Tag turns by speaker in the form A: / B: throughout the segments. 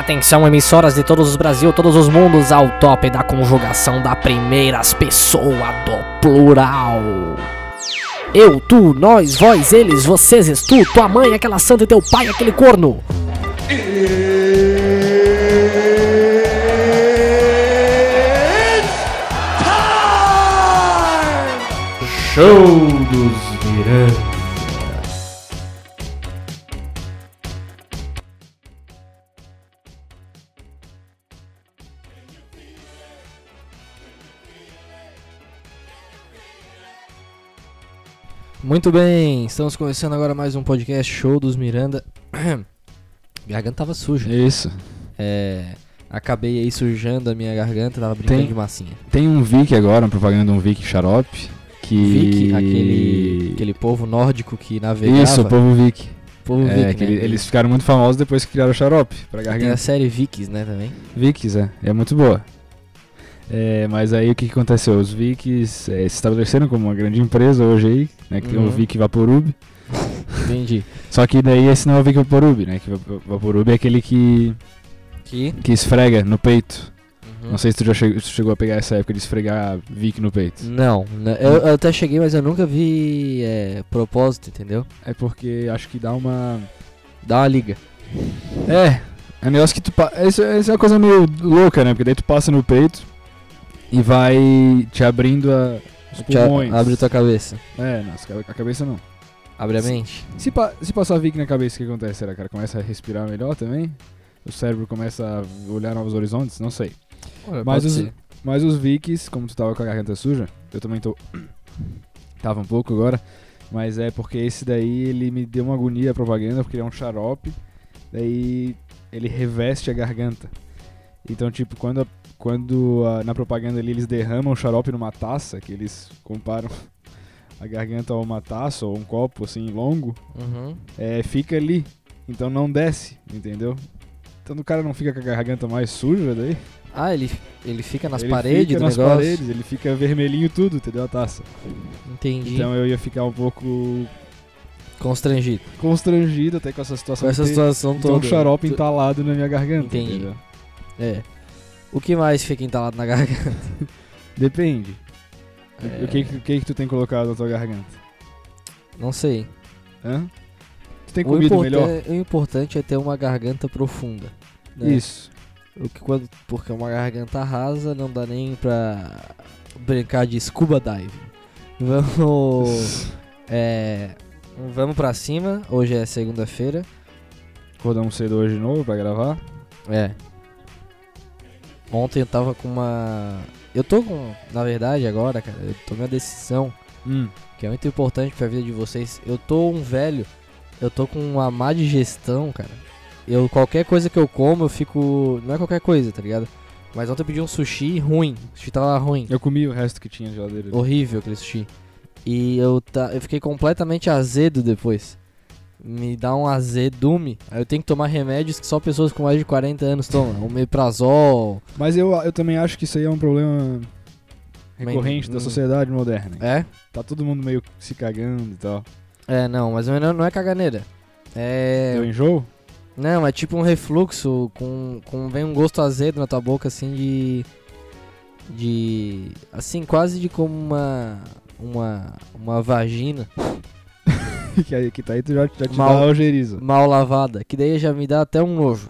A: Atenção, emissoras de todos os Brasil, todos os mundos, ao top da conjugação da primeira pessoa do plural. Eu, tu, nós, vós, eles, vocês, és tu, tua mãe, aquela santa e teu pai, aquele corno.
B: Show dos Mirantes.
C: Muito bem, estamos começando agora mais um podcast Show dos Miranda. garganta tava suja.
B: Isso.
C: É, acabei aí sujando a minha garganta, tava brincando
B: Tem-
C: de massinha.
B: Tem um Vic agora, uma propaganda de um Vic xarope. Que.
C: Vic, aquele, aquele povo nórdico que navegava.
B: Isso, o povo Vic.
C: povo
B: É,
C: Vic,
B: que
C: né?
B: ele- Eles ficaram muito famosos depois que criaram o xarope pra
C: Tem a
B: garganta.
C: série Vikings, né, também.
B: Vicks, é. É muito boa. É, mas aí o que, que aconteceu? Os Vicks é, se estabeleceram como uma grande empresa hoje aí, né? Que tem
C: Uhum.
B: o Vic Vaporub.
C: Entendi.
B: Só que daí esse não é o Vic Vaporub, né? Que o Vaporub é aquele que,
C: Que...
B: que esfrega no peito.
C: Uhum.
B: Não sei se tu já che- se tu chegou a pegar essa época de esfregar Vic no peito.
C: Não, né, eu, eu até cheguei, mas eu nunca vi é, propósito, entendeu?
B: É porque acho que dá uma.
C: Dá uma liga.
B: É, é um negócio que tu. pa- Isso, isso é uma coisa meio louca, né? Porque daí tu passa no peito e vai te abrindo a, os
C: Te a-
B: pulmões.
C: abre tua cabeça.
B: É, não, as cabe- a cabeça não.
C: Abre a mente.
B: Se, pa- se passar Vic na cabeça, o que acontece? Será que ela começa a respirar melhor também? O cérebro começa a olhar novos horizontes? Não sei. Mas
C: Pode
B: os,
C: ser.
B: mas os Vicks, como tu tava com a garganta suja, eu também tô. tava um pouco agora. Mas é porque esse daí ele me deu uma agonia a propaganda, porque ele é um xarope. Daí ele reveste a garganta. Então, tipo, quando, a- quando a- na propaganda ali eles derramam o xarope numa taça, que eles comparam a garganta a uma taça ou um copo assim longo,
C: Uhum.
B: é, fica ali. Então não desce, entendeu? Então o cara não fica com a garganta mais suja daí.
C: Ah, ele, ele fica nas
B: Ele
C: paredes
B: fica
C: do
B: nas
C: negócio.
B: paredes, ele fica vermelhinho tudo, entendeu? A taça.
C: Entendi.
B: Então eu ia ficar um pouco
C: Constrangido.
B: constrangido até com essa situação.
C: Com essa
B: de ter-
C: situação
B: de ter
C: toda. né?
B: um xarope
C: Tu-
B: entalado na minha garganta,
C: Entendi.
B: entendeu?
C: É. O que mais fica entalado na garganta?
B: Depende.
C: É.
B: O, que, que- o que que tu tem colocado na tua garganta?
C: Não sei.
B: Hã? Tu tem
C: O,
B: comido
C: importan-
B: melhor?
C: o importante é ter uma garganta profunda. né?
B: Isso.
C: O que quando... Porque uma garganta rasa não dá nem pra brincar de scuba dive. Vamos. é, Vamos pra cima. Hoje é segunda-feira.
B: Acordamos um cedo hoje de novo pra gravar.
C: É. Ontem eu tava com uma. Eu tô com. Na verdade, agora, cara, eu tomei uma decisão que é muito importante pra vida de vocês. Eu tô um velho, eu tô com uma má digestão, cara. Eu, qualquer coisa que eu como, eu fico. Não é qualquer coisa, tá ligado? Mas ontem eu pedi um sushi ruim. O sushi tava ruim.
B: Eu comi o resto que tinha na geladeira.
C: Horrível aquele sushi. E eu, tá, eu fiquei completamente azedo depois. Me dá um azedume. Aí eu tenho que tomar remédios que só pessoas com mais de 40 anos tomam. Um meprazol.
B: Mas eu, eu também acho que isso aí é um problema
C: Men-
B: recorrente da
C: hum.
B: sociedade moderna.
C: É?
B: Tá todo mundo meio se cagando e tal.
C: É, não, mas não é- não é caganeira. É.
B: Deu enjoo?
C: Não, é tipo um refluxo com, com vem um gosto azedo na tua boca assim de de assim quase de como uma uma uma vagina
B: que, aí, que tá aí tu já, já te
C: Mal-
B: dá algeriza.
C: mal lavada, que daí já me dá até um nojo.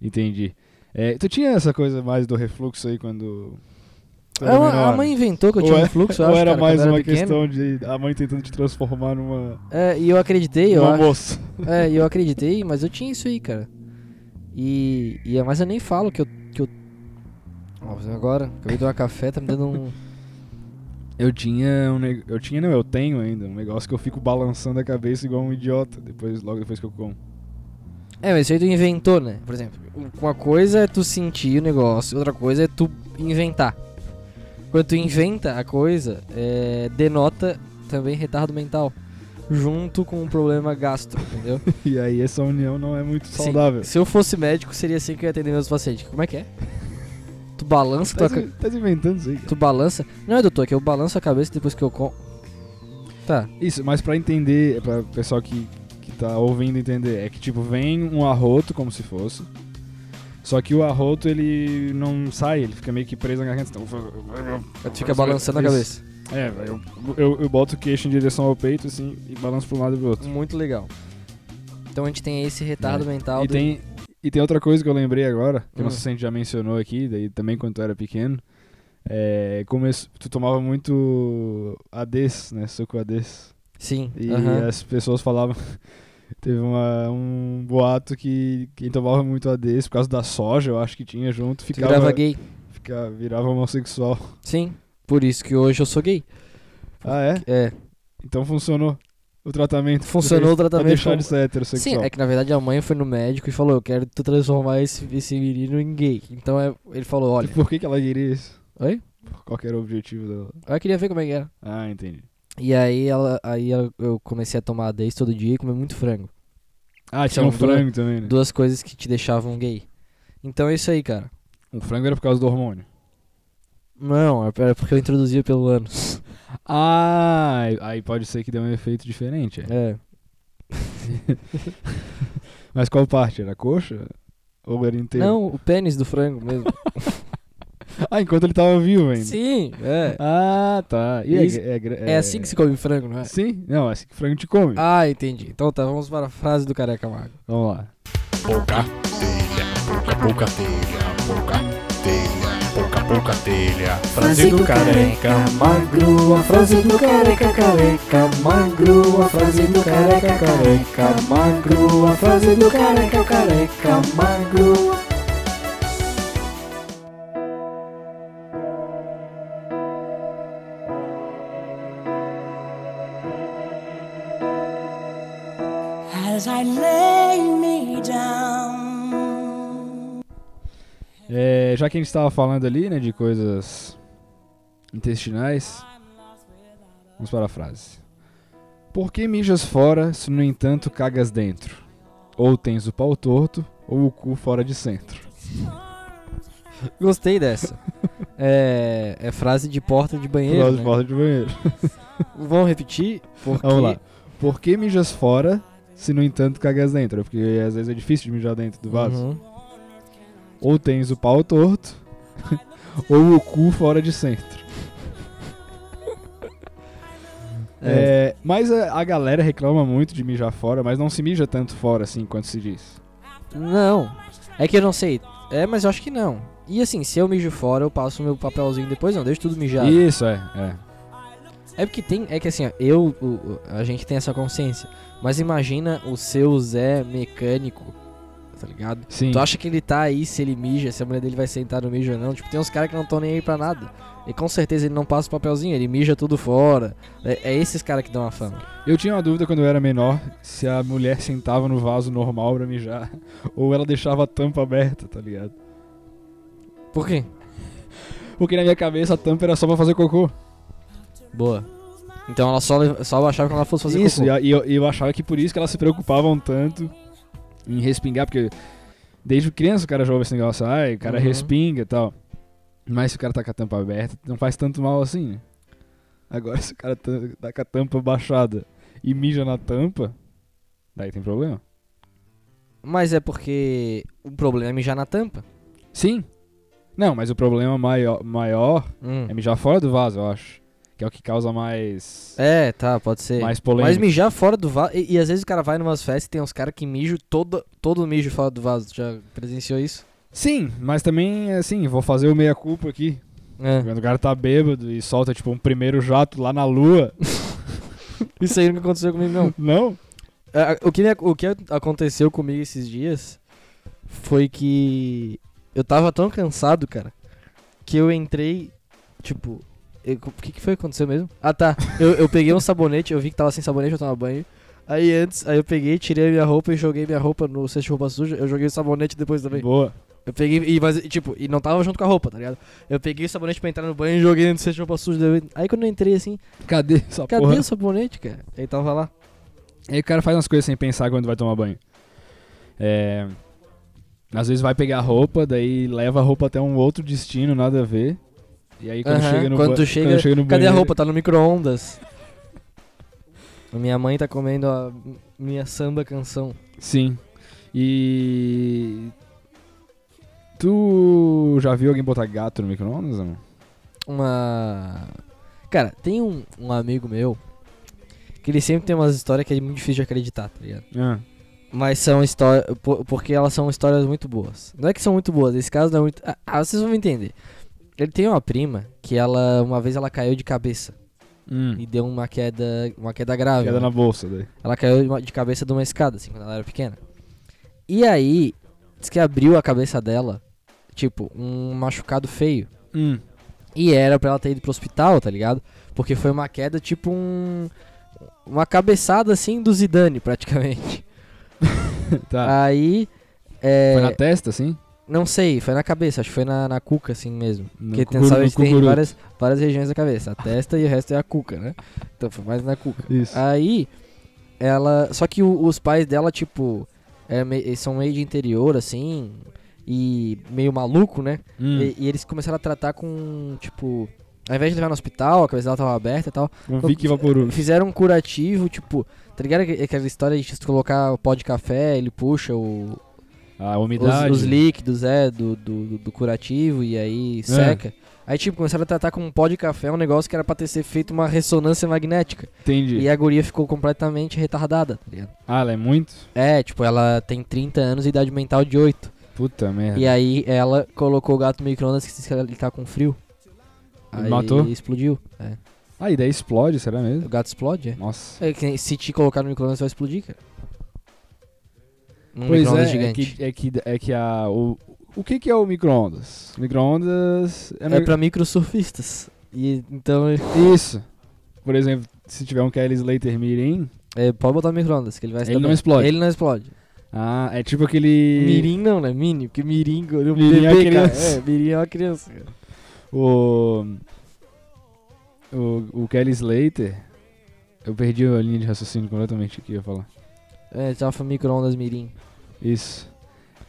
B: Entendi. É, tu tinha essa coisa mais do refluxo aí quando. tu
C: É uma-
B: menor?
C: a mãe inventou que eu
B: Ou
C: tinha
B: é-
C: refluxo, eu
B: Ou
C: acho,
B: era
C: cara,
B: mais
C: quando eu
B: uma
C: pequeno.
B: questão de a mãe tentando te transformar numa,
C: É, e eu acreditei, eu
B: numa
C: acho.
B: moça?
C: É, e eu acreditei, mas eu tinha isso aí, cara. E, e é- mas eu nem falo que eu que eu Ó, agora, acabei de tomar café, tá me dando um
B: Eu tinha um neg... Eu tinha, não, eu tenho ainda. Um negócio que eu fico balançando a cabeça igual um idiota. Depois, logo depois que eu como.
C: É, mas isso aí tu inventou, né? Por exemplo, uma coisa é tu sentir o negócio, outra coisa é tu inventar. Quando tu inventa a coisa, é, denota também retardo mental. Junto com o problema gastro, entendeu?
B: E aí essa união não é muito
C: Sim.
B: saudável.
C: Se eu fosse médico, seria assim que eu ia atender meus pacientes. Como é que é? Tu balança
B: Tá,
C: tua.
B: se-
C: ca-
B: tá se inventando isso aí. cara.
C: Tu balança. Não é, doutor, que eu balanço a cabeça depois que eu. Com... Tá.
B: Isso, mas pra entender, pra pessoal que, que tá ouvindo entender, é que tipo, vem um arroto como se fosse. Só que o arroto, ele não sai, ele fica meio que preso na garganta. Então,
C: Tu fica balançando a
B: Isso.
C: cabeça.
B: É, eu, eu, eu boto o queixo em direção ao peito, assim, e balanço pra um lado e pro outro.
C: Muito legal. Então a gente tem esse retardo
B: É.
C: mental
B: E
C: do-
B: tem, e tem outra coisa que eu lembrei agora, que eu
C: Hum.
B: não sei se a gente já mencionou aqui, daí também quando tu era pequeno. É, começo- tu tomava muito ADs, né? Suco ADs.
C: Sim.
B: E é assim
C: aham.
B: as pessoas falavam. Teve uma- um boato que quem tomava muito ADs por causa da soja, eu acho que tinha junto,
C: Tu virava
B: ficava,
C: gay.
B: fica- virava homossexual.
C: Sim. Por isso que hoje eu sou gay.
B: Ah, é?
C: É.
B: Então funcionou o tratamento.
C: Funcionou o
B: Pra
C: tratamento.
B: deixar tá de
C: como-
B: ser
C: Sim,
B: heterossexual.
C: é que na verdade a mãe foi no médico e falou: Eu quero tu transformar esse, esse menino em gay. Então é- ele falou: Olha,
B: E por que, que ela queria isso?
C: Oi?
B: Qual que era o objetivo dela?
C: eu queria ver como é que era.
B: Ah, entendi.
C: E aí, ela, aí ela- eu comecei a tomar 10 todo dia e comer muito frango.
B: Ah,
C: São
B: tinha um
C: duas-
B: frango também, né?
C: Duas coisas que te deixavam gay. Então é isso aí, cara.
B: Um frango era por causa do hormônio.
C: Não, era porque eu introduzia pelo ânus.
B: Ah, aí pode ser que dê um efeito diferente. é.
C: É.
B: Mas qual parte? Era a coxa? Ou era inteiro?
C: Não, o pênis do frango mesmo.
B: Ah, enquanto ele tava vivo ainda.
C: Sim, é.
B: Ah, tá. E é-
C: Isso-
B: é, gra-
C: É assim que se come frango, não é?
B: Sim? Não, é assim que frango te come.
C: Ah, entendi. Então tá, vamos para a frase do careca mago.
B: Vamos lá.
D: pouca telha, pouca, pouca telha, pouca telha, pouca, pouca telha. Frase do careca magro, a frase do careca careca magro, a frase do careca careca magro, a frase do careca careca magro.
E: As I lay me down.
B: É, já que a gente tava falando ali, né, de coisas intestinais, vamos para a frase. Por que mijas fora se, no entanto, cagas dentro? Ou tens o pau torto, ou o cu fora de centro.
C: Gostei dessa. é, é frase de porta de banheiro.
B: Lado
C: Né?
B: de fora de banheiro.
C: Vamos repetir? Porque
B: Vamos lá. Por que mijas fora se, no entanto, cagas dentro? Porque às vezes é difícil de mijar dentro do vaso.
C: Uhum.
B: Ou tens o pau torto, ou o cu fora de centro.
C: É.
B: É, mas a, a galera reclama muito de mijar fora, mas não se mija tanto fora assim quanto se diz.
C: Não. É que eu não sei. É, mas eu acho que não. E assim, se eu mijo fora, eu passo o meu papelzinho depois, não, deixo tudo mijado.
B: Isso, é. é.
C: É porque tem. É que assim, ó, eu. o- o- a gente tem essa consciência. Mas imagina o seu Zé mecânico. Tá ligado?
B: Sim.
C: Tu acha que ele tá aí se ele mija, se a mulher dele vai sentar no mijo ou não? Tipo, tem uns caras que não estão nem aí pra nada. E com certeza ele não passa o papelzinho, ele mija tudo fora. É, é esses caras que dão a fama.
B: Eu tinha uma dúvida quando eu era menor se a mulher sentava no vaso normal pra mijar ou ela deixava a tampa aberta, tá ligado?
C: Por quê?
B: Porque na minha cabeça a tampa era só pra fazer cocô.
C: Boa. Então ela só, lev- só achava que ela fosse fazer
B: isso,
C: cocô.
B: e a- e eu, e eu achava que por isso que elas se preocupavam tanto em respingar, porque desde criança o cara já ouve esse negócio, ai, o cara
C: Uhum.
B: respinga e tal. Mas se o cara tá com a tampa aberta, não faz tanto mal assim, né? Agora se o cara tá, tá com a tampa baixada e mija na tampa, daí tem problema.
C: Mas é porque o problema é mijar na tampa.
B: Sim. Não, mas o problema maior, maior
C: Hum.
B: é mijar fora do vaso, eu acho. Que é o que causa mais,
C: É, tá, pode ser.
B: mais polêmica.
C: Mas mijar fora do vaso. E, e às vezes o cara vai numas festas e tem uns caras que mijam todo, todo o mijo fora do vaso. Já presenciou isso?
B: Sim, mas também, assim, vou fazer o meia-culpa aqui.
C: É.
B: Quando o cara tá bêbado e solta, tipo, um primeiro jato lá na lua.
C: Isso aí nunca aconteceu comigo, não.
B: Não?
C: É, o, que, me- o que aconteceu comigo esses dias foi que eu tava tão cansado, cara, que eu entrei, tipo. eu- O que, que foi que aconteceu mesmo? Ah tá, eu, eu peguei um sabonete, eu vi que tava sem sabonete, eu tomar banho. Aí antes, aí eu peguei, tirei a minha roupa e joguei minha roupa no cesto de roupa suja. Eu joguei o sabonete depois também.
B: Boa.
C: Eu peguei, e, mas, tipo, e não tava junto com a roupa, tá ligado? Eu peguei o sabonete pra entrar no banho e joguei no cesto de roupa suja. daí eu- Aí quando eu entrei assim,
B: Cadê essa
C: cadê
B: porra?
C: o sabonete, cara? Aí tava lá.
B: Aí o cara faz umas coisas sem pensar quando vai tomar banho. É... Às vezes vai pegar roupa, daí leva a roupa até um outro destino, nada a ver. E aí quando
C: Aham,
B: chega no
C: quando
B: ba-
C: tu chega,
B: quando chega no
C: Cadê a
B: banheiro-
C: roupa? Tá no micro-ondas. Minha mãe tá comendo a minha samba canção.
B: Sim. E... Tu já viu alguém botar gato no micro-ondas? ou não?
C: Uma. Cara, tem um, um amigo meu que ele sempre tem umas histórias que é muito difícil de acreditar, tá ligado?
B: Ah,
C: Mas são histórias. Porque elas são histórias muito boas. Não é que são muito boas, esse caso não é muito. Ah, Ah, vocês vão me entender. Ele tem uma prima que ela. Uma vez ela caiu de cabeça
B: hum.
C: e deu uma queda. Uma queda grave.
B: Queda
C: né?
B: na bolsa daí.
C: Ela caiu de uma- de cabeça de uma escada, assim, quando ela era pequena. E aí, diz que abriu a cabeça dela, tipo, um machucado feio.
B: Hum.
C: E era pra ela ter ido pro hospital, tá ligado? Porque foi uma queda, tipo, um. Uma cabeçada assim do Zidane, praticamente.
B: Tá.
C: Aí. Ah, é,
B: Foi na testa, assim?
C: Não sei, foi na cabeça, acho que foi na, na cuca, assim mesmo.
B: No
C: Porque tem,
B: cucuru-
C: sabe,
B: no
C: a gente tem
B: cucuruto.
C: várias, várias regiões da cabeça. A testa e o resto é a cuca, né? Então foi mais na cuca.
B: Isso.
C: Aí, ela. Só que o- os pais dela, tipo, é me- eles são meio de interior, assim, e meio maluco, né?
B: Hum.
C: E, e eles começaram a tratar com, tipo. Ao invés de levar no hospital, a cabeça dela tava aberta e tal,
B: Com Um Vic Vaporub.
C: fizeram um curativo, tipo, tá ligado aque- aquela história de se colocar o pó de café, ele puxa o,
B: Ah, A
C: os,
B: umidade. né?
C: os líquidos, é, do, do, do- do curativo e
B: É.
C: aí seca. Aí, tipo, começaram a tratar com um pó de café um negócio que era pra ter ser feito uma ressonância magnética.
B: Entendi.
C: E a guria ficou completamente retardada, tá ligado?
B: Ah, ela é muito?
C: É, tipo, ela tem 30 anos e idade mental de 8.
B: Puta merda.
C: E aí ela colocou o gato no micro-ondas que se ele tá com frio. Aí
B: Matou?
C: explodiu. É.
B: Ah, e daí explode, será
C: O
B: mesmo?
C: gato explode, é.
B: Nossa.
C: É que nem- se te colocar no micro-ondas vai explodir, cara. Num
B: pois é,
C: Um micro-ondas
B: é
C: gigante.
B: que, é que, é que a... O, o que que é o micro-ondas? Micro-ondas...
C: É,
B: É, mi-
C: pra microsurfistas. E então
B: Isso. Por exemplo, se tiver um Kelly Slater mirim...
C: é, pode botar no micro-ondas que ele vai se
B: Ele
C: dar
B: não
C: bem.
B: explode.
C: Ele não explode.
B: Ah, é tipo aquele...
C: Mirim não, né? Mini, porque mirim, o
B: Mirim é uma
C: bebê, cara.
B: criança.
C: É, mirim é uma criança. cara.
B: O... O, o Kelly Slater... Eu perdi a linha de raciocínio completamente aqui, eu ia falar.
C: É, já foi micro-ondas mirim.
B: Isso.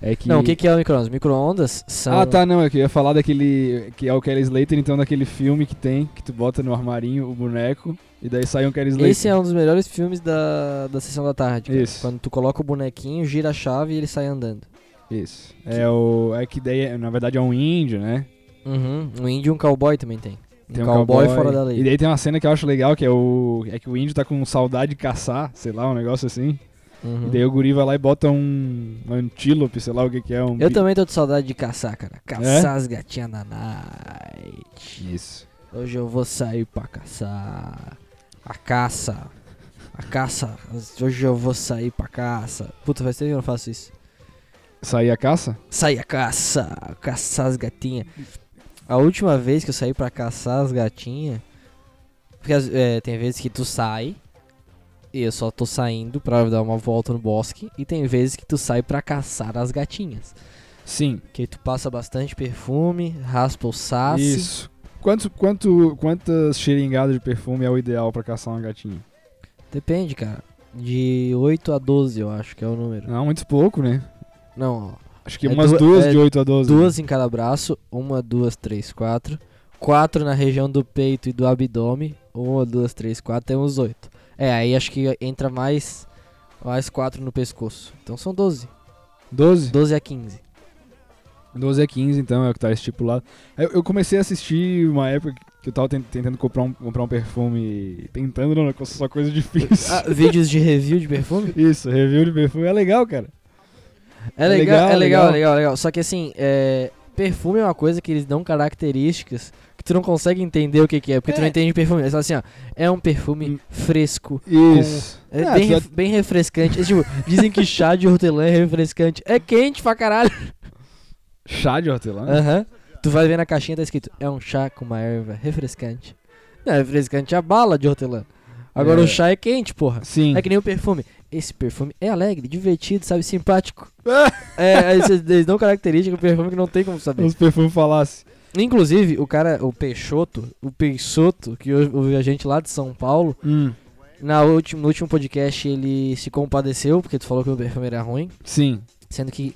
B: É que...
C: Não, o que, que é o micro-ondas? Micro-ondas são...
B: Ah, tá, não, é que eu ia falar daquele. que é o Kelly Slater, então, daquele filme que tem, que tu bota no armarinho o boneco e daí sai um Kelly Slater.
C: Esse é um dos melhores filmes da, da sessão da tarde. cara.
B: Isso.
C: Quando tu coloca o bonequinho, gira a chave e ele sai andando.
B: Isso. É o. É que daí, é- na verdade, é um índio, né?
C: Uhum. Um índio e um cowboy também tem. Um,
B: Tem
C: cowboy, fora da lei.
B: E daí tem uma cena que eu acho legal, que é o. É que o índio tá com saudade de caçar, sei lá, um negócio assim.
C: Uhum.
B: E daí o guri vai lá e bota um. um antílope, sei lá o que que é. Um
C: Eu
B: bi-
C: também tô de saudade de caçar, cara.
B: É?
C: Caçar as gatinhas da night.
B: Isso.
C: Hoje eu vou sair pra caçar. A caça. A caça. Hoje eu vou sair pra caça. Puta, faz tempo que eu não faço isso.
B: Sair a caça?
C: Sair a caça, caçar as gatinhas. A última vez que eu saí pra caçar as gatinhas. Porque as- é, tem vezes que tu sai. E eu só tô saindo pra dar uma volta no bosque. E tem vezes que tu sai pra caçar as gatinhas.
B: Sim.
C: Que tu passa bastante perfume, raspa o saço.
B: Isso. Quanto, quanto, quantas xeringadas de perfume é o ideal pra caçar uma gatinha?
C: Depende, cara. De 8 a 12, eu acho que é o número.
B: Não, muito pouco, né?
C: Não, ó.
B: Acho que
C: É
B: umas
C: du-
B: duas
C: é
B: de 8 a 12.
C: Duas em cada braço. Uma, duas, três, quatro. Quatro na região do peito e do abdômen. Uma, duas, três, quatro, temos oito. É, aí acho que entra mais mais quatro no pescoço. Então são 12.
B: 12?
C: 12 a 15.
B: 12 é 15, então, é o que tá estipulado. Eu, eu comecei a assistir uma época que eu tava ten- tentando comprar um, comprar um perfume. Tentando, não, é só coisa difícil.
C: Ah, vídeos de review de perfume?
B: Isso, review de perfume é legal, cara.
C: É
B: É legal,
C: legal, é legal, é
B: legal.
C: legal, legal. Só que assim, é, perfume é uma coisa que eles dão características que tu não consegue entender o que, que é, porque tu não
B: É.
C: entende perfume. Eles falam assim, ó, é um perfume
B: Hum.
C: fresco,
B: Isso.
C: É
B: Ah,
C: bem,
B: tu-
C: ref- bem refrescante. É, tipo, dizem que chá de hortelã é refrescante. É quente pra caralho.
B: Chá de hortelã?
C: Aham. Tu vai ver na caixinha, tá escrito, é um chá com uma erva refrescante. Não, refrescante é a bala de hortelã. Agora
B: É.
C: o chá é quente, porra.
B: Sim.
C: É que nem o perfume. Esse perfume é alegre, divertido, sabe, simpático. é, aí vocês- eles dão característica do perfume que não tem como saber.
B: Os perfumes falassem.
C: Inclusive, o cara, o Peixoto, o Peixoto, que hoje ouviu a gente lá de São Paulo,
B: Hum.
C: na ulti- no último podcast ele se compadeceu, porque tu falou que o perfume era ruim.
B: Sim.
C: Sendo que.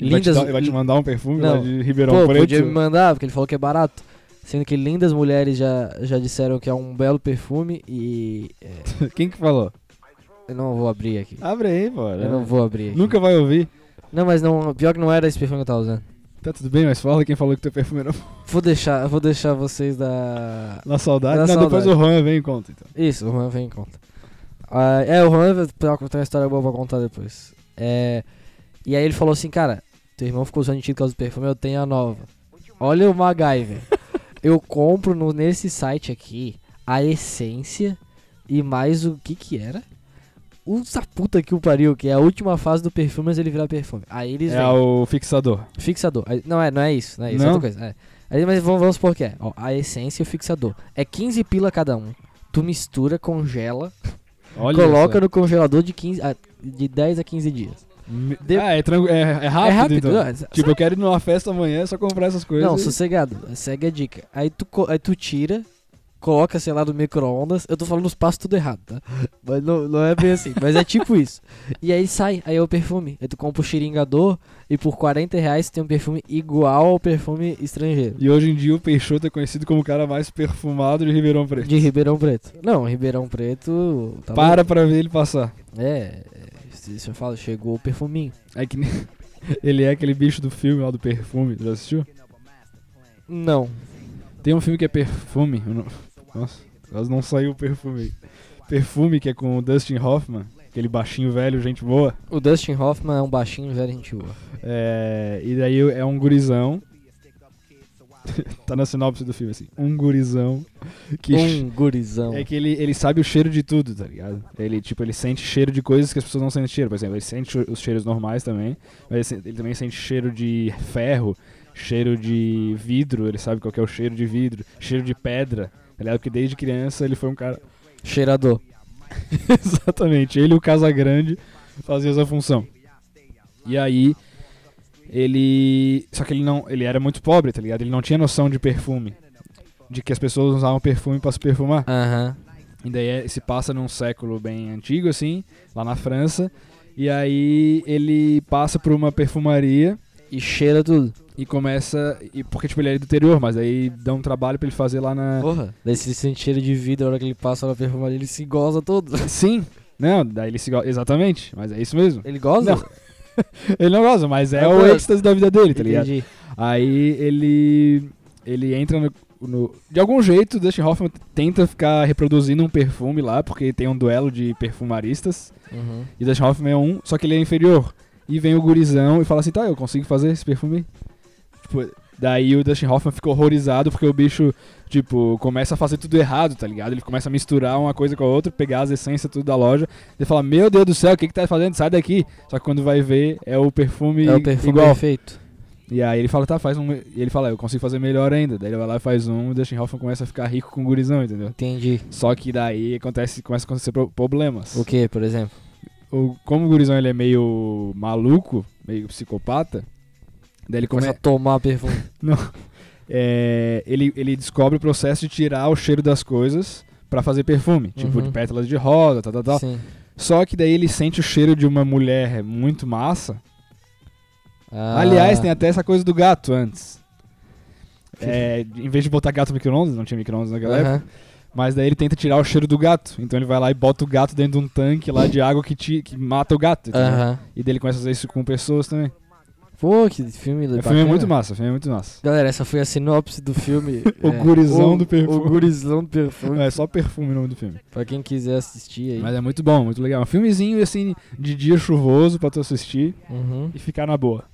B: Ele vai te
C: Lindas.
B: dar- ele vai te mandar um perfume lá
C: Não.
B: de Ribeirão
C: Pô,
B: Preto.
C: podia me mandar, porque ele falou que é barato. Sendo que lindas mulheres já, já disseram que é um belo perfume e. é,
B: Quem que falou?
C: eu não vou abrir aqui.
B: Abre aí, pô. né?
C: Eu não vou abrir aqui.
B: Nunca vai ouvir.
C: Não, mas não, pior que não era esse perfume que eu tava usando.
B: Tá tudo bem, mas fala quem falou que teu perfume era bom.
C: Vou deixar, vou deixar vocês da.
B: Na saudade.
C: Na
B: Não, depois o
C: saudade.
B: Juan vem e conta, então.
C: Isso, o Juan vem em conta. Ah, é, o Juan pra contar uma história boa pra contar depois. É, e aí ele falou assim, cara, teu irmão ficou usando de ti por causa do perfume, eu tenho a nova. Olha o MacGyver. eu compro no- nesse site aqui a essência e mais o que que era? Usa puta que o pariu, que é a última fase do perfume, mas ele virar perfume. Aí eles
B: É
C: vêm.
B: o fixador.
C: Fixador. Aí- Não é, não é isso, não é isso, é
B: Não?
C: outra coisa. é. Aí, mas vamos, vamos supor que é. Ó, a essência e o fixador. É 15 pila cada um. Tu mistura, congela,
B: Olha é.
C: coloca
B: só.
C: no congelador de, 15 a- de 10 a 15 dias.
B: Me-
C: de-
B: Ah, é, tranqu... é, é rápido,
C: é rápido,
B: então.
C: não, é-
B: Tipo, eu quero ir numa festa amanhã, é só comprar essas coisas.
C: não,
B: e-
C: sossegado. Segue a dica. Aí tu, co- aí tu tira, coloca, sei lá, no micro-ondas. Eu tô falando os passos tudo errado, tá? Mas não, não é bem assim. Mas é tipo isso. E aí sai, aí é o perfume. Aí tu compra o xiringador e por 40 reais tu tem um perfume igual ao perfume estrangeiro.
B: E hoje em dia o Peixoto é conhecido como o cara mais perfumado de Ribeirão Preto.
C: De Ribeirão Preto. Não, Ribeirão Preto. tá
B: Para pra ver ele passar.
C: louco. É, é, se se eu falo, chegou o perfuminho.
B: É que nem- ele é aquele bicho do filme lá do perfume. Já assistiu?
C: Não.
B: Tem um filme que é perfume. eu não- Nossa, quase não saiu o perfume. Perfume que é com o Dustin Hoffman, aquele baixinho velho, gente boa.
C: O Dustin Hoffman é um baixinho velho gente boa.
B: É, e daí é um gurizão. tá na sinopse do filme assim. Um gurizão que
C: Um gurizão.
B: É que ele, ele sabe o cheiro de tudo, tá ligado? Ele, tipo, ele sente cheiro de coisas que as pessoas não sentem cheiro. Por exemplo, ele sente os cheiros normais também, mas ele, sen- ele também sente cheiro de ferro, cheiro de vidro, ele sabe qual que é o cheiro de vidro, cheiro de pedra, tá ligado? Porque desde criança ele foi um cara...
C: Cheirador.
B: Exatamente, ele e o Casagrande faziam essa função. E aí, ele... Só que ele não... Ele era muito pobre, tá ligado? Ele não tinha noção de perfume. De que as pessoas usavam perfume pra se perfumar.
C: Aham.
B: E daí é- se passa num século bem antigo, assim, lá na França. E aí ele passa por uma perfumaria
C: E cheira tudo.
B: e começa. E, porque, tipo, ele é do interior, mas aí dá um trabalho pra ele fazer lá na.
C: Porra. Daí se ele sente cheiro de vidro, a hora que ele passa na perfumaria, ele se goza todo.
B: Sim! Não, daí ele se goza. Exatamente, mas é isso mesmo.
C: Ele goza?
B: Não, Ele não goza, mas é
C: Eu
B: o
C: gosto.
B: êxtase da vida dele, tá ligado?
C: Entendi.
B: Aí ele. Ele entra no. no- de algum jeito, o Dustin Hoffman tenta ficar reproduzindo um perfume lá, porque tem um duelo de perfumaristas.
C: Uhum.
B: E Dustin Hoffman é um, só que ele é inferior. E vem o gurizão e fala assim, tá, eu consigo fazer esse perfume? Tipo, daí o Dustin Hoffman fica horrorizado porque o bicho, tipo, começa a fazer tudo errado, tá ligado? Ele começa a misturar uma coisa com a outra, pegar as essências tudo da loja. Ele fala, meu Deus do céu, o que que tá fazendo? Sai daqui. Só que quando vai ver, é o perfume,
C: É o perfume
B: igual.
C: perfeito.
B: E aí ele fala, tá, faz um... E ele fala, eu consigo fazer melhor ainda. Daí ele vai lá e faz um, e o Dustin Hoffman começa a ficar rico com o gurizão, entendeu?
C: Entendi.
B: Só que daí acontece, começa a acontecer pro- problemas
C: O que, por exemplo?
B: o, como o gurizão ele é meio maluco, meio psicopata, daí ele
C: Começa
B: começa.
C: a tomar perfume.
B: é, ele, ele descobre o processo de tirar o cheiro das coisas pra fazer perfume, tipo
C: Uhum.
B: de pétalas de rosa, tal, tal, tal.
C: Sim.
B: Só que daí ele sente o cheiro de uma mulher muito massa.
C: Ah.
B: Aliás, tem até essa coisa do gato antes. É, em vez de botar gato no micro-ondas, não tinha micro-ondas naquela época,
C: Aham.
B: mas daí ele tenta tirar o cheiro do gato. Então ele vai lá e bota o gato dentro de um tanque lá de água que, ti- que mata o gato. entendeu?
C: Aham.
B: E daí ele começa a fazer isso com pessoas também.
C: Pô, que filme
B: O filme é
C: bacana.
B: muito massa, o filme é muito massa.
C: Galera, essa foi a sinopse do filme. É,
B: O gurizão do perfume.
C: O gurizão do perfume.
B: É só perfume o nome do filme.
C: Pra quem quiser assistir aí.
B: Mas é muito bom, muito legal. Um filmezinho assim de dia chuvoso pra tu assistir
C: Uhum.
B: e ficar na boa.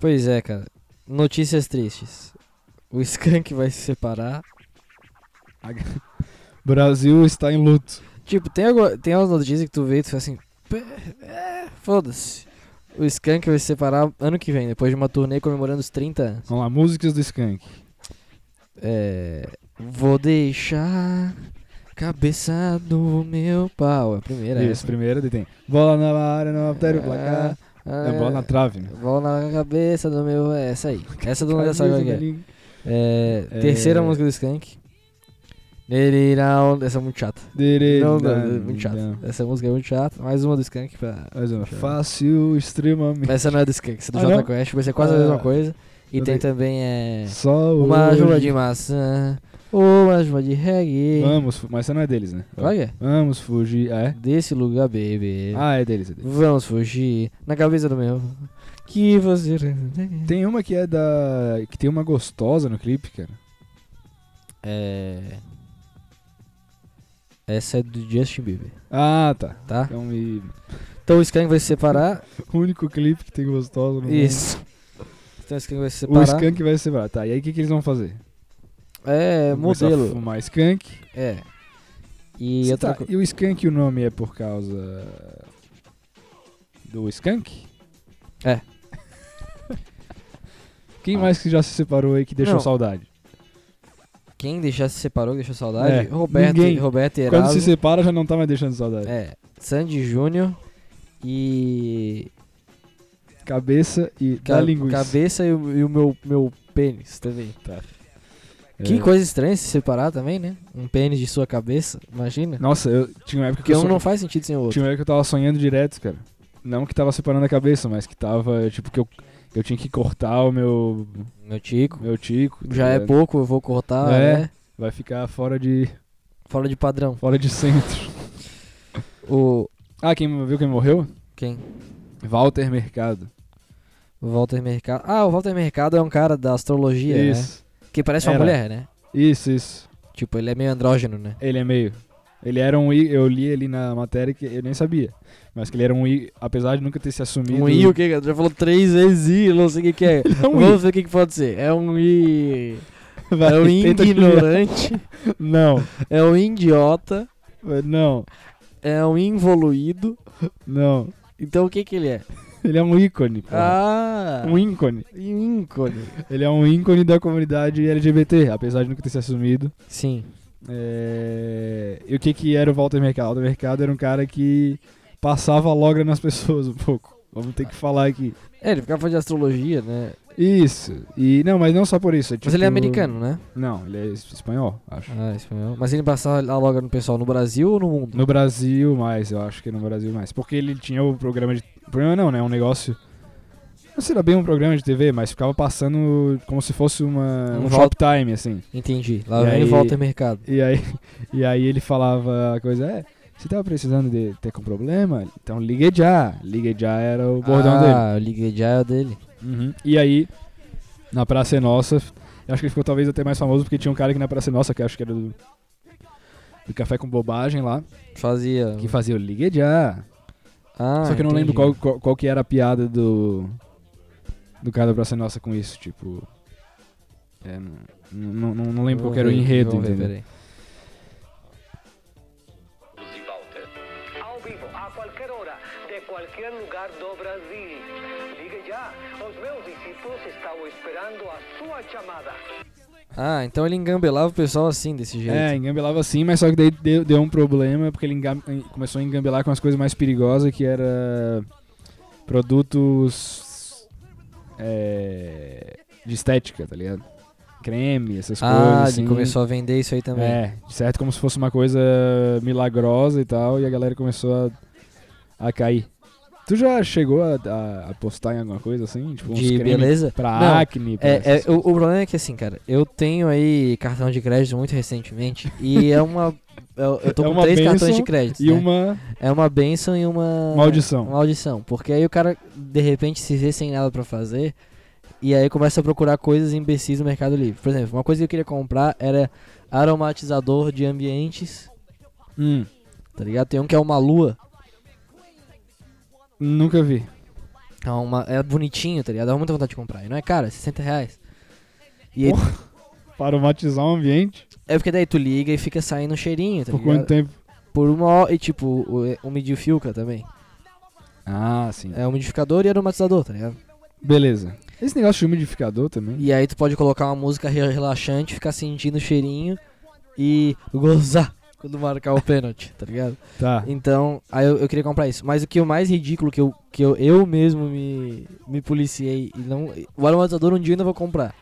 C: Pois é, cara. Notícias tristes. O Skank vai se separar.
B: Brasil está em luto.
C: Tipo, tem, algu- tem umas notícias que tu vê e tu fala assim... "Pê, é, Foda-se. O Skank vai se separar ano que vem, depois de uma turnê comemorando os 30 anos.
B: Vamos lá, músicas do Skank.
C: É... Vou deixar... Cabeça do meu pau. É a primeira.
B: Isso, primeiro ele tem. Bola na área, não altera o placar.
C: Ah,
B: É bola na trave, né?
C: Bola na cabeça do meu. É essa aí. Essa do Lula sabe
B: Camisa
C: qual que é.
B: dele.
C: É,
B: É.
C: Terceira música do Skank. Nele irá onda- Essa é muito chata.
B: Dere-
C: Não, não,
B: dan-
C: é muito chata.
B: dan.
C: Essa música é muito chata. Mais uma do Skank pra.
B: Mais uma. é Fácil, extremamente.
C: Essa não é do Skank, essa é do
B: Ah,
C: Jota
B: não?
C: Quest, mas é quase a
B: Ah,
C: mesma coisa. E
B: eu
C: tem
B: dei-
C: também é.
B: Só
C: Uma
B: hoje.
C: juba de maçã. Uma juba de reggae.
B: Vamos, mas essa não é deles, né?
C: Qual que é?
B: Vamos fugir. Ah, é?
C: Desse lugar, baby.
B: Ah, é deles, é deles.
C: Vamos fugir. Na cabeça do meu. que você.
B: Tem uma que é da. que tem uma gostosa no clipe, cara.
C: É. Essa é do Justin Bieber,
B: Ah, tá.
C: tá?
B: Então, e...
C: Então o Skank vai se separar.
B: o único clipe que tem gostosa no
C: Isso. Então o Skank vai se
B: mundo. Uhum. O
C: separar.
B: Skank vai se separar. Tá, e aí o que, que eles vão fazer?
C: É,
B: Vão começar a
C: modelo.
B: Fumar Skank.
C: É. E
B: Cê
C: outra
B: tá,
C: coisa.
B: e o Skank, o nome é por causa do Skank?
C: É.
B: Quem mais que já se separou aí que deixou
C: Não.
B: saudade?
C: Quem deixar se separou, deixou saudade?
B: É,
C: Roberto,
B: ninguém.
C: Roberto
B: Quando se
C: Erasmo.
B: separa já não tá mais deixando saudade.
C: É. Sandy Júnior e.
B: Cabeça e
C: É. ca-
B: da linguiça.
C: cabeça e o, e o meu, meu pênis também. tá?
B: É.
C: Que coisa estranha se separar também, né? Um pênis de sua cabeça, imagina.
B: Nossa, eu tinha uma época que
C: Porque
B: eu,
C: um
B: sonha-
C: não faz sentido sem o outro.
B: tinha uma época que eu tava sonhando direto, cara. Não que tava separando a cabeça, mas que tava, tipo, que eu, eu tinha que cortar o meu,
C: Meu tico.
B: meu tico. tá
C: Já é
B: ligado?
C: pouco, eu vou cortar,
B: É.
C: né?
B: Vai ficar fora de,
C: Fora de padrão.
B: fora de centro.
C: O.
B: Ah, quem viu quem morreu?
C: Quem?
B: Walter Mercado.
C: O Walter Mercado. Ah, o Walter Mercado é um cara da astrologia, né?
B: isso.
C: Que parece uma
B: Era.
C: mulher, né?
B: Isso, isso.
C: Tipo, ele é meio andrógeno, né?
B: Ele é meio. Ele era um I, eu li ali na matéria que eu nem sabia. Mas que ele era um I, apesar de nunca ter se assumido.
C: Um I, o que? Já falou três vezes I, não sei o que, que é.
B: É um I.
C: Vamos ver o que, que pode ser. É um I.
B: Vai,
C: É um
B: tenta
C: ignorante.
B: criar. Não,
C: É um idiota.
B: não,
C: É um involuído.
B: não.
C: Então o que que ele é?
B: Ele é um ícone. porra.
C: Ah!
B: Um ícone.
C: Um ícone.
B: Ele é um ícone da comunidade LGBT, apesar de nunca ter se assumido.
C: Sim.
B: É, E o que que era o Walter Mercado? O Walter Mercado era um cara que passava logra nas pessoas um pouco. Vamos ter que falar aqui.
C: É, ele ficava falando de astrologia, né?
B: Isso. E não, mas não só por isso.
C: Mas ele é
B: tipo-
C: americano, né?
B: Não, ele é es- espanhol, acho.
C: Ah, espanhol. Mas ele passava a loga no pessoal no Brasil ou no mundo?
B: No Brasil mais, eu acho que no Brasil mais. Porque ele tinha o programa de. Programa não, né? Um negócio. Não sei se era bem um programa de TV, mas ficava passando como se fosse uma,
C: Um
B: um,
C: vol-
B: Shoptime, assim.
C: Entendi. Lá
B: E
C: vem
B: aí-
C: o Walter Mercado.
B: E aí, e aí ele falava a coisa, é, você tava precisando de ter com problema? Então ligue já. Ligue já era o bordão dele.
C: ah, o Ligue já é o dele.
B: Uhum. E aí, na Praça é Nossa, eu acho que ele ficou talvez até mais famoso porque tinha um cara aqui na Praça é Nossa, que eu acho que era do, do Café com Bobagem lá,
C: Fazia.
B: que fazia o Ligue já.
C: Ah,
B: Só que eu não lembro
C: entendi.
B: qual, qual, qual que era a piada do. Do cara da Praça é Nossa com isso, tipo. É, não, não, não- não lembro qual que era o
C: Vamos ver,
B: enredo,
C: vamos ver,
B: entendeu?
C: peraí.
F: de Walter. Ao vivo, a qualquer hora, de qualquer lugar do Brasil. Ligue já, os meus discípulos estavam esperando a sua chamada.
C: Ah, então ele engambelava o pessoal assim, desse jeito.
B: É, engambelava sim, mas só que daí deu, deu um problema, porque ele engam- en- começou a engambelar com as coisas mais perigosas, que era produtos é, de estética, tá ligado? Creme, essas coisas.
C: ah,
B: assim.
C: ele começou a vender isso aí também.
B: É, de certo, como se fosse uma coisa milagrosa e tal, e a galera começou a, a cair. Tu já chegou a, a- a postar em alguma coisa assim? Tipo, uns
C: de
B: creme
C: beleza?
B: Pra
C: Não,
B: acne? pra
C: É, é,
B: essas
C: o,
B: coisas.
C: o problema é que assim, cara, eu tenho aí cartão de crédito muito recentemente e é uma. Eu, eu tô
B: É
C: com
B: uma
C: três cartões de
B: bênção
C: crédito.
B: E
C: né?
B: uma
C: É uma benção e uma.
B: maldição.
C: Uma maldição. Porque aí o cara de repente se vê sem nada pra fazer e aí começa a procurar coisas imbecis no Mercado Livre. Por exemplo, uma coisa que eu queria comprar era aromatizador de ambientes,
B: Hum,
C: tá ligado? Tem um que é uma lua.
B: nunca vi.
C: É, uma, é bonitinho, tá ligado? Dá muita vontade de comprar. E não é cara, é 60 reais. E aí,
B: Aromatizar o ambiente
C: é porque daí tu liga e fica saindo um cheirinho, tá
B: por
C: ligado?
B: quanto tempo?
C: Por uma hora. E tipo, o, é, umidifilca também.
B: Ah, sim.
C: É umidificador e aromatizador, tá ligado?
B: Beleza. Esse negócio de umidificador também.
C: E aí tu pode colocar uma música re- relaxante, ficar sentindo o cheirinho e gozar quando marcar o pênalti, tá ligado?
B: Tá.
C: Então, aí eu, eu queria comprar isso. Mas o que é o mais ridículo que eu, que eu, eu mesmo me, me policiei e não. O aromatizador um dia eu ainda vou comprar.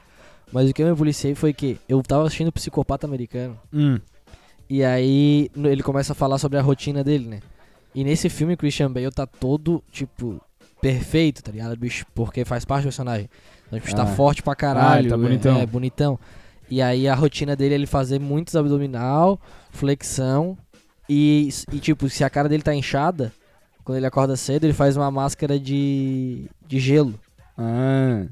C: Mas o que eu me policiei foi que eu tava assistindo Psicopata Americano.
B: Hum.
C: E aí no- ele começa a falar sobre a rotina dele, né? E nesse filme, o Christian Bale tá todo, tipo, perfeito, tá ligado, bicho? Porque faz parte do personagem. Então, tipo, tá
B: Ah.
C: forte pra caralho.
B: Ah, tá
C: é-
B: bonitão.
C: É, bonitão. E aí a rotina dele é ele fazer muitos abdominal, flexão. E, e, tipo, se a cara dele tá inchada, quando ele acorda cedo, ele faz uma máscara de, de gelo.
B: Ah,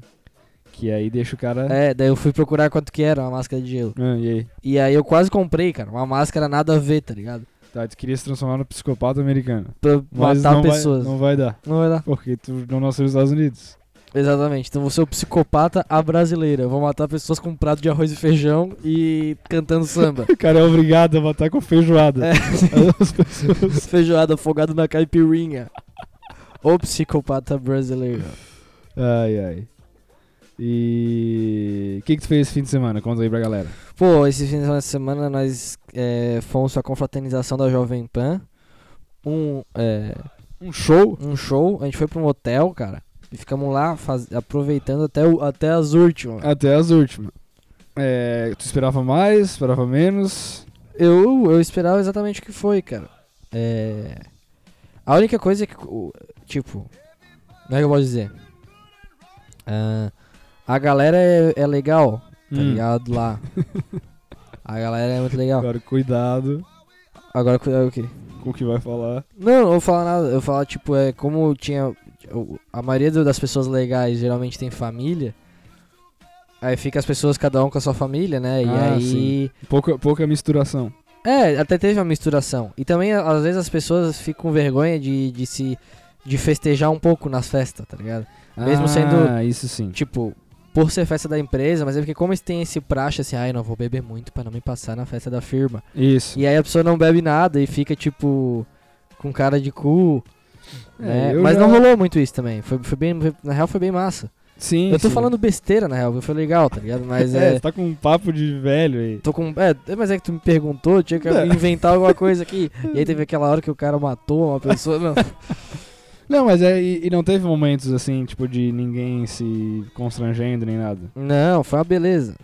B: que aí deixa o cara.
C: É, daí eu fui procurar quanto que era uma máscara de gelo.
B: Ah, e aí?
C: E aí eu quase comprei, cara, uma máscara nada a ver, tá ligado?
B: Tá, tu queria se transformar no psicopata americano.
C: Pra
B: Mas
C: matar
B: não vai-
C: pessoas.
B: não vai dar.
C: não vai dar.
B: Porque tu não nasceu nos Estados Unidos.
C: Exatamente. Então você é o psicopata a brasileira. Eu vou matar pessoas com um prato de arroz e feijão e cantando samba.
B: O cara é obrigado a matar com feijoada.
C: É.
B: As pessoas.
C: Feijoada afogado na caipirinha. O psicopata brasileiro.
B: Ai, ai. E. O que, que tu fez esse fim de semana? Conta aí pra galera.
C: Pô, esse final de semana nós é, fomos pra confraternização da Jovem Pan. Um, é,
B: Um show?
C: um show, a gente foi pra um hotel, cara. E ficamos lá faz- aproveitando até, o- até as últimas.
B: Ah. Até as últimas. É, tu esperava mais, esperava menos.
C: Eu, eu esperava exatamente o que foi, cara. É. A única coisa que. o- Tipo. Como é que eu posso dizer? Ah, a galera é, é legal, tá
B: Hum.
C: ligado? Lá. A galera é muito legal.
B: Agora, cuidado
C: Agora cuidado o quê?
B: com o que vai falar.
C: Não, eu não vou falar nada. Eu vou falar, tipo, é como tinha. o- A maioria do- das pessoas legais geralmente tem família. Aí fica as pessoas, cada um com a sua família, né? E
B: Ah,
C: aí.
B: sim. Pouca, pouca misturação.
C: É, até teve uma misturação. E também, às vezes, as pessoas ficam com vergonha de, de se. de festejar um pouco nas festas, tá ligado? Mesmo
B: ah,
C: sendo-
B: isso sim.
C: Tipo, por ser festa da empresa, mas é porque, como eles têm esse praxe assim, ai, não vou beber muito pra não me passar na festa da firma.
B: Isso.
C: E aí a pessoa não bebe nada e fica, tipo, com cara de cu. né?
B: É, eu
C: Mas
B: já-
C: não rolou muito isso também. Foi, foi bem, foi- na real, foi bem massa.
B: Sim.
C: eu tô
B: sim.
C: falando besteira, na real, porque foi legal, tá ligado? Mas
B: É,
C: é.
B: tu tá com um papo de velho aí.
C: Tô com. É, mas é que tu me perguntou, tinha que
B: É.
C: inventar alguma coisa aqui. E aí teve aquela hora que o cara matou uma pessoa. Não.
B: Não, mas é, e, e não teve momentos assim, tipo, de ninguém se constrangendo nem nada.
C: Não, foi uma beleza.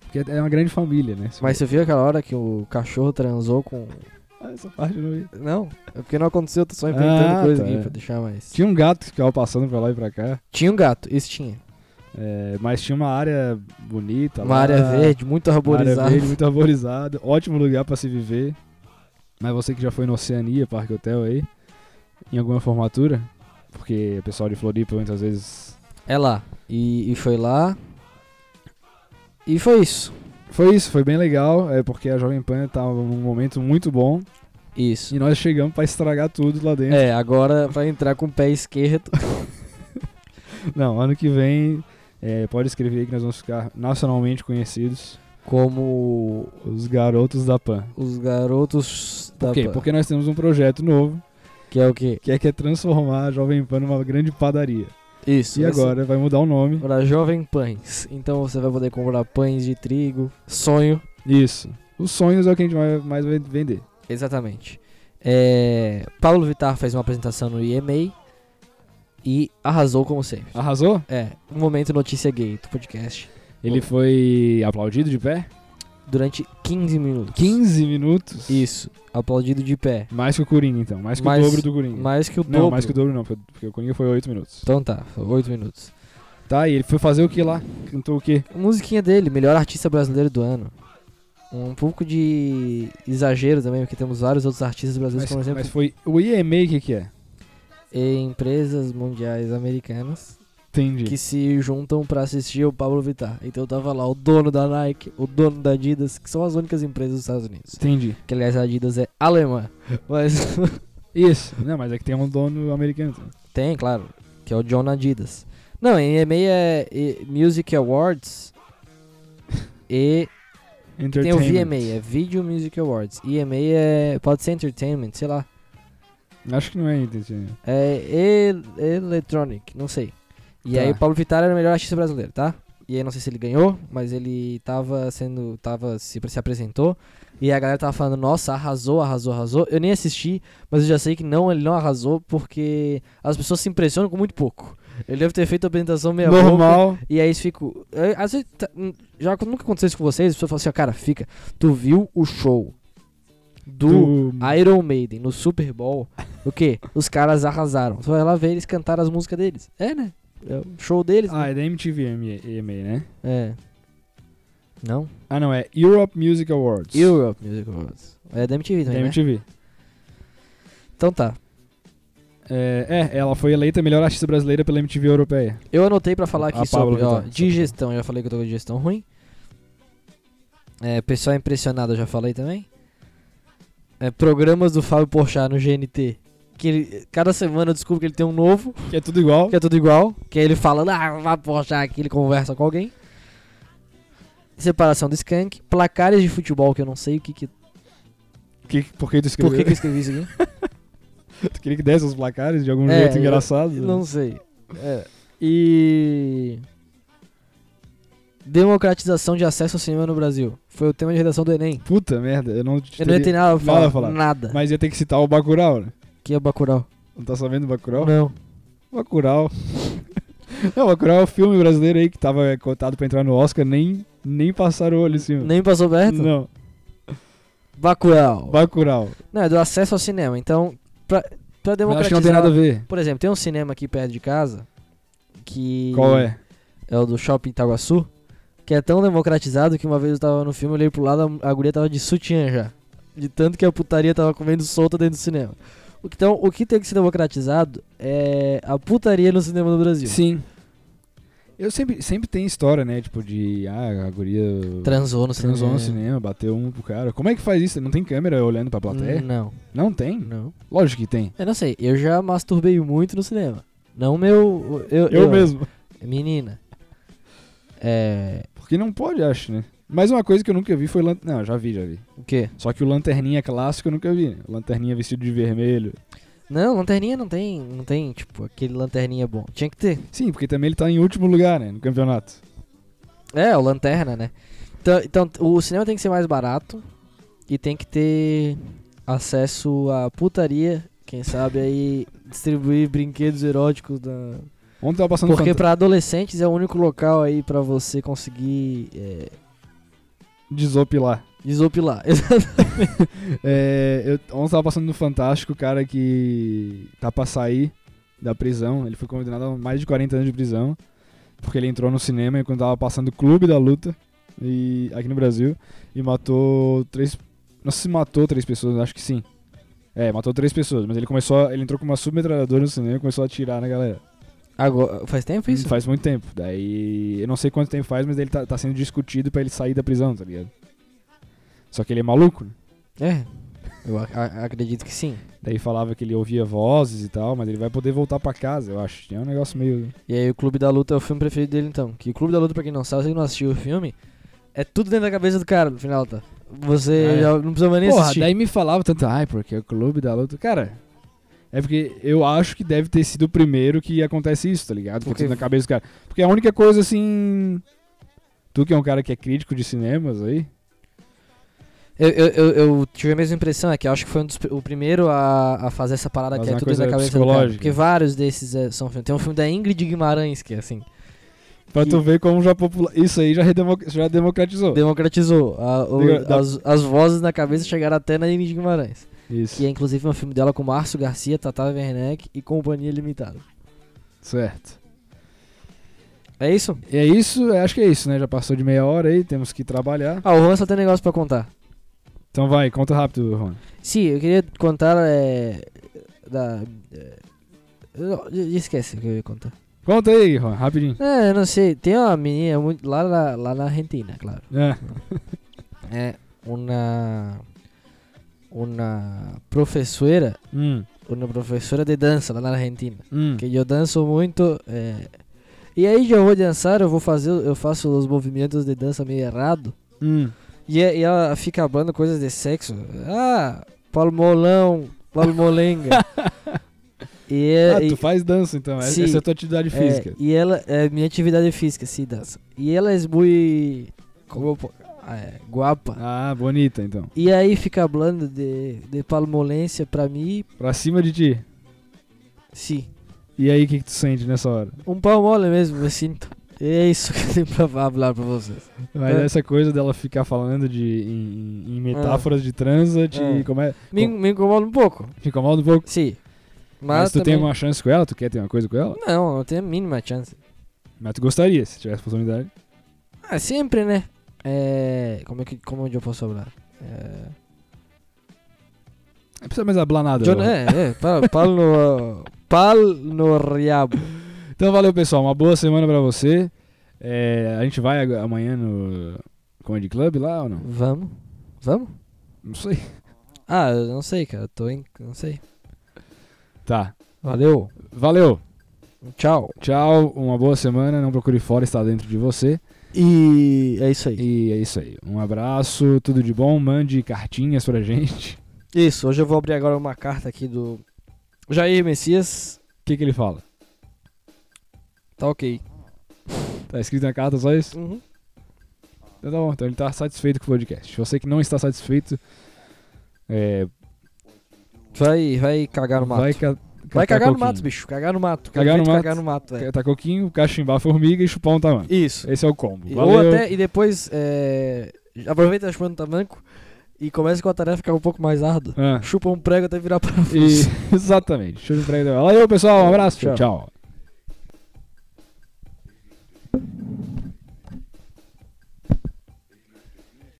B: Porque é uma grande família, né? Se
C: Mas você viu aquela hora que o cachorro transou com.
B: Ah, essa parte eu não vi.
C: Não, é porque não aconteceu, eu tô só inventando
B: Ah,
C: coisa
B: tá,
C: aqui
B: é.
C: pra deixar mais.
B: Tinha um gato que ficava passando pra lá e pra cá,
C: Tinha um gato, isso tinha.
B: é, mas tinha uma área bonita
C: uma
B: Tá lá,
C: área verde, muito
B: uma área
C: arborizada.
B: verde, muito arborizada. Ótimo lugar pra se viver. Mas você que já foi no Oceania, Parque Hotel aí, em alguma formatura, porque o pessoal de Floripa muitas vezes...
C: É lá. E, e foi lá. E foi isso.
B: Foi isso, foi bem legal, é porque a Jovem Pan tava num momento muito bom
C: Isso.
B: e nós chegamos pra estragar tudo lá dentro.
C: É, agora pra entrar com o pé esquerdo.
B: Não, ano que vem é, pode escrever aí que nós vamos ficar nacionalmente conhecidos,
C: Como
B: os garotos da Pan.
C: os garotos da
B: Por quê?
C: Pan,
B: Porque nós temos um projeto novo,
C: Que é o quê?
B: que é, que é transformar a Jovem Pan numa grande padaria.
C: Isso.
B: e
C: esse-
B: agora vai mudar o nome.
C: Pra Jovem Pães. Então você vai poder comprar pães de trigo, sonho.
B: Isso. Os sonhos é o que a gente vai- mais vai vender.
C: Exatamente. É, Paulo Vittar fez uma apresentação no IMA e arrasou como sempre.
B: Arrasou?
C: É, um momento notícia gay do podcast
B: Ele foi aplaudido de pé?
C: durante 15 minutos.
B: 15 minutos?
C: Isso, aplaudido de pé.
B: Mais que o Coringa, então. Mais que
C: Mais-
B: o dobro do Coringa.
C: Mais que o dobro.
B: Não, mais que o dobro não, porque- porque o Coringa foi 8 minutos.
C: Então tá, 8 minutos.
B: Tá, e ele foi fazer o que lá? Cantou o quê?
C: A musiquinha dele, melhor artista brasileiro do ano. Um pouco de exagero também, porque temos vários outros artistas brasileiros,
B: Mas,
C: por exemplo,
B: mas foi o IMA, o que que é?
C: em empresas mundiais americanas.
B: Entendi.
C: que se juntam pra assistir o Pablo Vittar. Então tava lá o dono da Nike, o dono da Adidas, que são as únicas empresas dos Estados Unidos.
B: Entendi.
C: Que aliás a Adidas é alemã. Mas
B: Isso. Não, mas é que tem um dono americano. também.
C: tem, claro, que é o John Adidas. Não, em EMA é e- Music Awards e tem o VMA,
B: Entertainment.
C: é Video Music Awards. EMA é pode ser Entertainment, sei lá.
B: Acho que não é entertainment.
C: É e- Electronic, não sei. E
B: Tá.
C: aí o Paulo Vittar era o melhor artista brasileiro, tá? E aí não sei se ele ganhou, mas ele tava sendo. tava. se, se apresentou. E a galera tava falando, nossa, arrasou, arrasou, arrasou. Eu nem assisti, mas eu já sei que não, ele não arrasou, porque as pessoas se impressionam com muito pouco. Ele deve ter feito a apresentação meia boca,
B: Normal.
C: e aí eles ficam. é, Às vezes. tá- hum, Já nunca aconteceu isso com vocês, a pessoa fala assim, ó, cara, fica. Tu viu o show do
B: do-
C: Iron Maiden no Super Bowl, o que? Os caras arrasaram. Você vai lá ver eles cantar as músicas deles. É, né? É o show deles.
B: Ah, é da MTV EMA, né?
C: É. Não?
B: Ah, não, é Europe Music Awards.
C: Europe Music Awards. É da
B: Da
C: MTV também, né?
B: MTV.
C: Então tá.
B: É, é, ela foi eleita melhor artista brasileira pela MTV Europeia.
C: Eu anotei pra falar
B: A
C: aqui
B: Pabllo
C: sobre, ó,
B: Vittar.
C: digestão, já falei que eu tô com digestão ruim. É, pessoal impressionado, eu já falei também. É, programas do Fábio Porchat no GNT. Que ele- cada semana eu descubro que ele tem um novo,
B: Que é tudo igual.
C: que é tudo igual. Que aí ele fala, ah, vai Porchat aqui, ele conversa com alguém. Separação do Skank. Placares de futebol, que eu não sei o que que...
B: Que, por que tu
C: Por
B: escreveu?
C: que que eu escrevi isso aqui?
B: Tu queria que desse os placares de algum
C: É,
B: jeito
C: eu-
B: engraçado?
C: Não sei. É. E. Democratização de acesso ao cinema no Brasil. Foi o tema de redação do Enem.
B: Puta merda, eu não
C: Eu não ia ter nada pra
B: nada
C: falar.
B: a falar.
C: Nada.
B: Mas ia ter que citar o Bacurau, né?
C: Que é Bacurau.
B: Não tá sabendo do Bacurau?
C: Não.
B: Bacurau. não, Bacurau é o filme brasileiro aí que tava é, cotado pra entrar no Oscar, nem, nem passaram o olho em cima.
C: Nem passou perto?
B: Não,
C: Bacurau.
B: Bacurau.
C: Não, é do acesso ao cinema. Então, pra, pra
B: Eu Acho
C: democratizar.
B: que não tem nada a ver.
C: Por exemplo, tem um cinema aqui perto de casa. Que.
B: Qual é?
C: É o do Shopping Itaguaçu. Que é tão democratizado que uma vez eu tava no filme, eu olhei pro lado, a a guria tava de sutiã já. De tanto que a putaria tava comendo solta dentro do cinema. O que- Então, o que tem que ser democratizado é a putaria no cinema do Brasil.
B: Sim. Eu sempre, sempre tem história, né? Tipo, de. Ah, a guria
C: Transou no cinema.
B: transou no cinema, bateu um pro cara. Como é que faz isso? Não tem câmera olhando pra plateia?
C: Hum, Não,
B: Não tem?
C: não.
B: Lógico que tem.
C: Eu não sei, eu já masturbei muito no cinema. Não meu... Eu,
B: Eu, mesmo.
C: Menina. É...
B: Porque não pode, acho, né? Mas uma coisa que eu nunca vi foi. lan- Não, já vi, já vi.
C: O quê?
B: Só que o lanterninha clássico eu nunca vi. né? Lanterninha vestido de vermelho.
C: Não, lanterninha não tem, não tem, tipo, aquele lanterninha bom. Tinha que ter.
B: Sim, porque também ele tá em último lugar, né? No campeonato.
C: É, o Lanterna, né? Então, então, o cinema tem que ser mais barato e tem que ter acesso à putaria. Quem sabe aí distribuir brinquedos eróticos. Da...
B: Ontem tava passando
C: Porque
B: fanta-
C: pra adolescentes é o único local aí pra você conseguir é,
B: desopilar.
C: desopilar.
B: É, eu, ontem tava passando no Fantástico o cara que tá pra sair da prisão. Ele foi condenado a mais de 40 anos de prisão. Porque ele entrou no cinema enquanto tava passando o Clube da Luta e, aqui no Brasil. E matou três. Não sei se matou três pessoas, acho que sim. É, matou três pessoas, mas ele começou. a- ele entrou com uma submetralhadora no cinema e começou a atirar na galera.
C: Agora, faz tempo isso?
B: Faz muito tempo. Daí, eu não sei quanto tempo faz, mas ele tá, tá sendo discutido pra ele sair da prisão, tá ligado? Só que ele é maluco. né?
C: É. Eu ac- a- acredito que sim.
B: Daí falava que ele ouvia vozes e tal, mas ele vai poder voltar pra casa, eu acho. É um negócio meio.
C: E aí o Clube da Luta é o filme preferido dele então. Que o Clube da Luta, pra quem não sabe, se não assistiu o filme, é tudo dentro da cabeça do cara no final, tá? Você
B: Ah, é.
C: já não precisa mais nem
B: Porra,
C: assistir.
B: daí me falava tanto, ai, porque é o clube da luta. Cara, é porque eu acho que deve ter sido o primeiro que acontece isso, tá ligado? Porque
C: Porque-
B: na cabeça do cara. Porque a única coisa assim. Tu que é um cara que é crítico de cinemas aí.
C: Eu, eu, eu, eu tive a mesma impressão, é que eu acho que foi um dos, pri- o primeiro a, a fazer essa parada
B: Mas
C: que é
B: uma
C: tudo
B: coisa
C: na cabeça do cara.
B: psicológica.
C: Porque vários desses é, são filmes. Tem um filme da Ingrid Guimarães que é assim,
B: Pra
C: Que-
B: tu ver como já popula... Isso aí já, redemoc- já democratizou.
C: democratizou. A- o-
B: Liga- dá-
C: as, as vozes na cabeça chegaram até na Ingrid Guimarães.
B: Isso.
C: Que é inclusive um filme dela com Márcio Garcia, Tata Werneck e Companhia Limitada.
B: Certo.
C: É isso?
B: E é isso, é, acho que é isso, né? Já passou de meia hora aí, temos que trabalhar.
C: Ah, o Juan só tem um negócio pra contar.
B: Então vai, conta rápido, Ron.
C: Sim, eu queria contar. É, da. é, eu- esquece o que eu ia contar.
B: Conta aí, Ron, rapidinho.
C: É, eu não sei. Tem uma menina muito- lá, na- lá na Argentina, claro.
B: É.
C: é una una professora,
B: Hum,
C: una professora de dança lá na Argentina,
B: hum.
C: que eu danço muito. é, E aí eu vou dançar, eu vou fazer, eu faço os movimentos de dança meio errado.
B: hum.
C: E, é- e ela fica falando coisas de sexo. Ah, palmolão, palmolenga. e é,
B: Ah,
C: e-
B: tu faz dança então, é-
C: Sim.
B: essa é a tua atividade
C: é,
B: física.
C: e ela é minha atividade física, sim, dança. E ela é muito como eu po- é, guapa.
B: Ah, bonita então.
C: E aí fica falando de, de palmolência pra mim,
B: Pra cima de ti.
C: sim.
B: E aí, o que, que tu sente nessa hora?
C: Um pau mole mesmo, eu sinto. E é isso que eu tenho pra falar pra vocês.
B: Mas
C: É.
B: essa coisa dela ficar falando de, em, em- em metáforas de transa te,
C: É.
B: como é,
C: Me,
B: com-
C: me incomoda um pouco,
B: te incomoda um pouco.
C: sim.
B: Mas,
C: Mas,
B: tu tem
C: também...
B: alguma chance com ela? Tu quer ter uma coisa com ela?
C: Não, não tem a mínima chance.
B: Mas tu gostaria, se tivesse oportunidade.
C: Ah, sempre, né? É... Como é que... Como onde eu posso falar? É...
B: Não precisa mais hablar nada.
C: John...
B: Ron.
C: É, é. Palo... palo no riabo.
B: Então valeu, pessoal. Uma boa semana pra você. É, a gente vai ag- amanhã no Comedy Club lá ou não?
C: Vamos? Vamos?
B: Não sei.
C: Ah, eu não sei, cara. Tô em. Não sei.
B: Tá.
C: Valeu.
B: Valeu.
C: Tchau.
B: Tchau. Uma boa semana. Não procure fora, está dentro de você.
C: E é isso aí.
B: E é isso aí. Um abraço, tudo de bom. Mande cartinhas pra gente.
C: Isso, hoje eu vou abrir agora uma carta aqui do Jair Messias.
B: O que, que ele fala?
C: Tá ok.
B: Tá escrito na carta só isso?
C: Uhum.
B: Então tá bom, então ele tá satisfeito com o podcast. Você que não está satisfeito, é,
C: Vai, vai cagar no mato.
B: vai, ca
C: Vai
B: catar
C: cagar no
B: coquinho.
C: mato, bicho. Cagar no mato.
B: Cagar no
C: Quero ver tu
B: mato.
C: Cagar no mato, velho.
B: Catar coquinho, cachimbar a formiga e chupar um tamanho.
C: Isso.
B: Esse é o combo.
C: E-
B: Valeu.
C: Ou até, e depois, é, aproveita a chuva no tamanco e começa com a tarefa que é um pouco mais árdua.
B: Ah,
C: Chupa um prego até virar para
B: e- exatamente. Show de emprego. Valeu, pessoal. Um abraço.
C: Tchau.
B: tchau.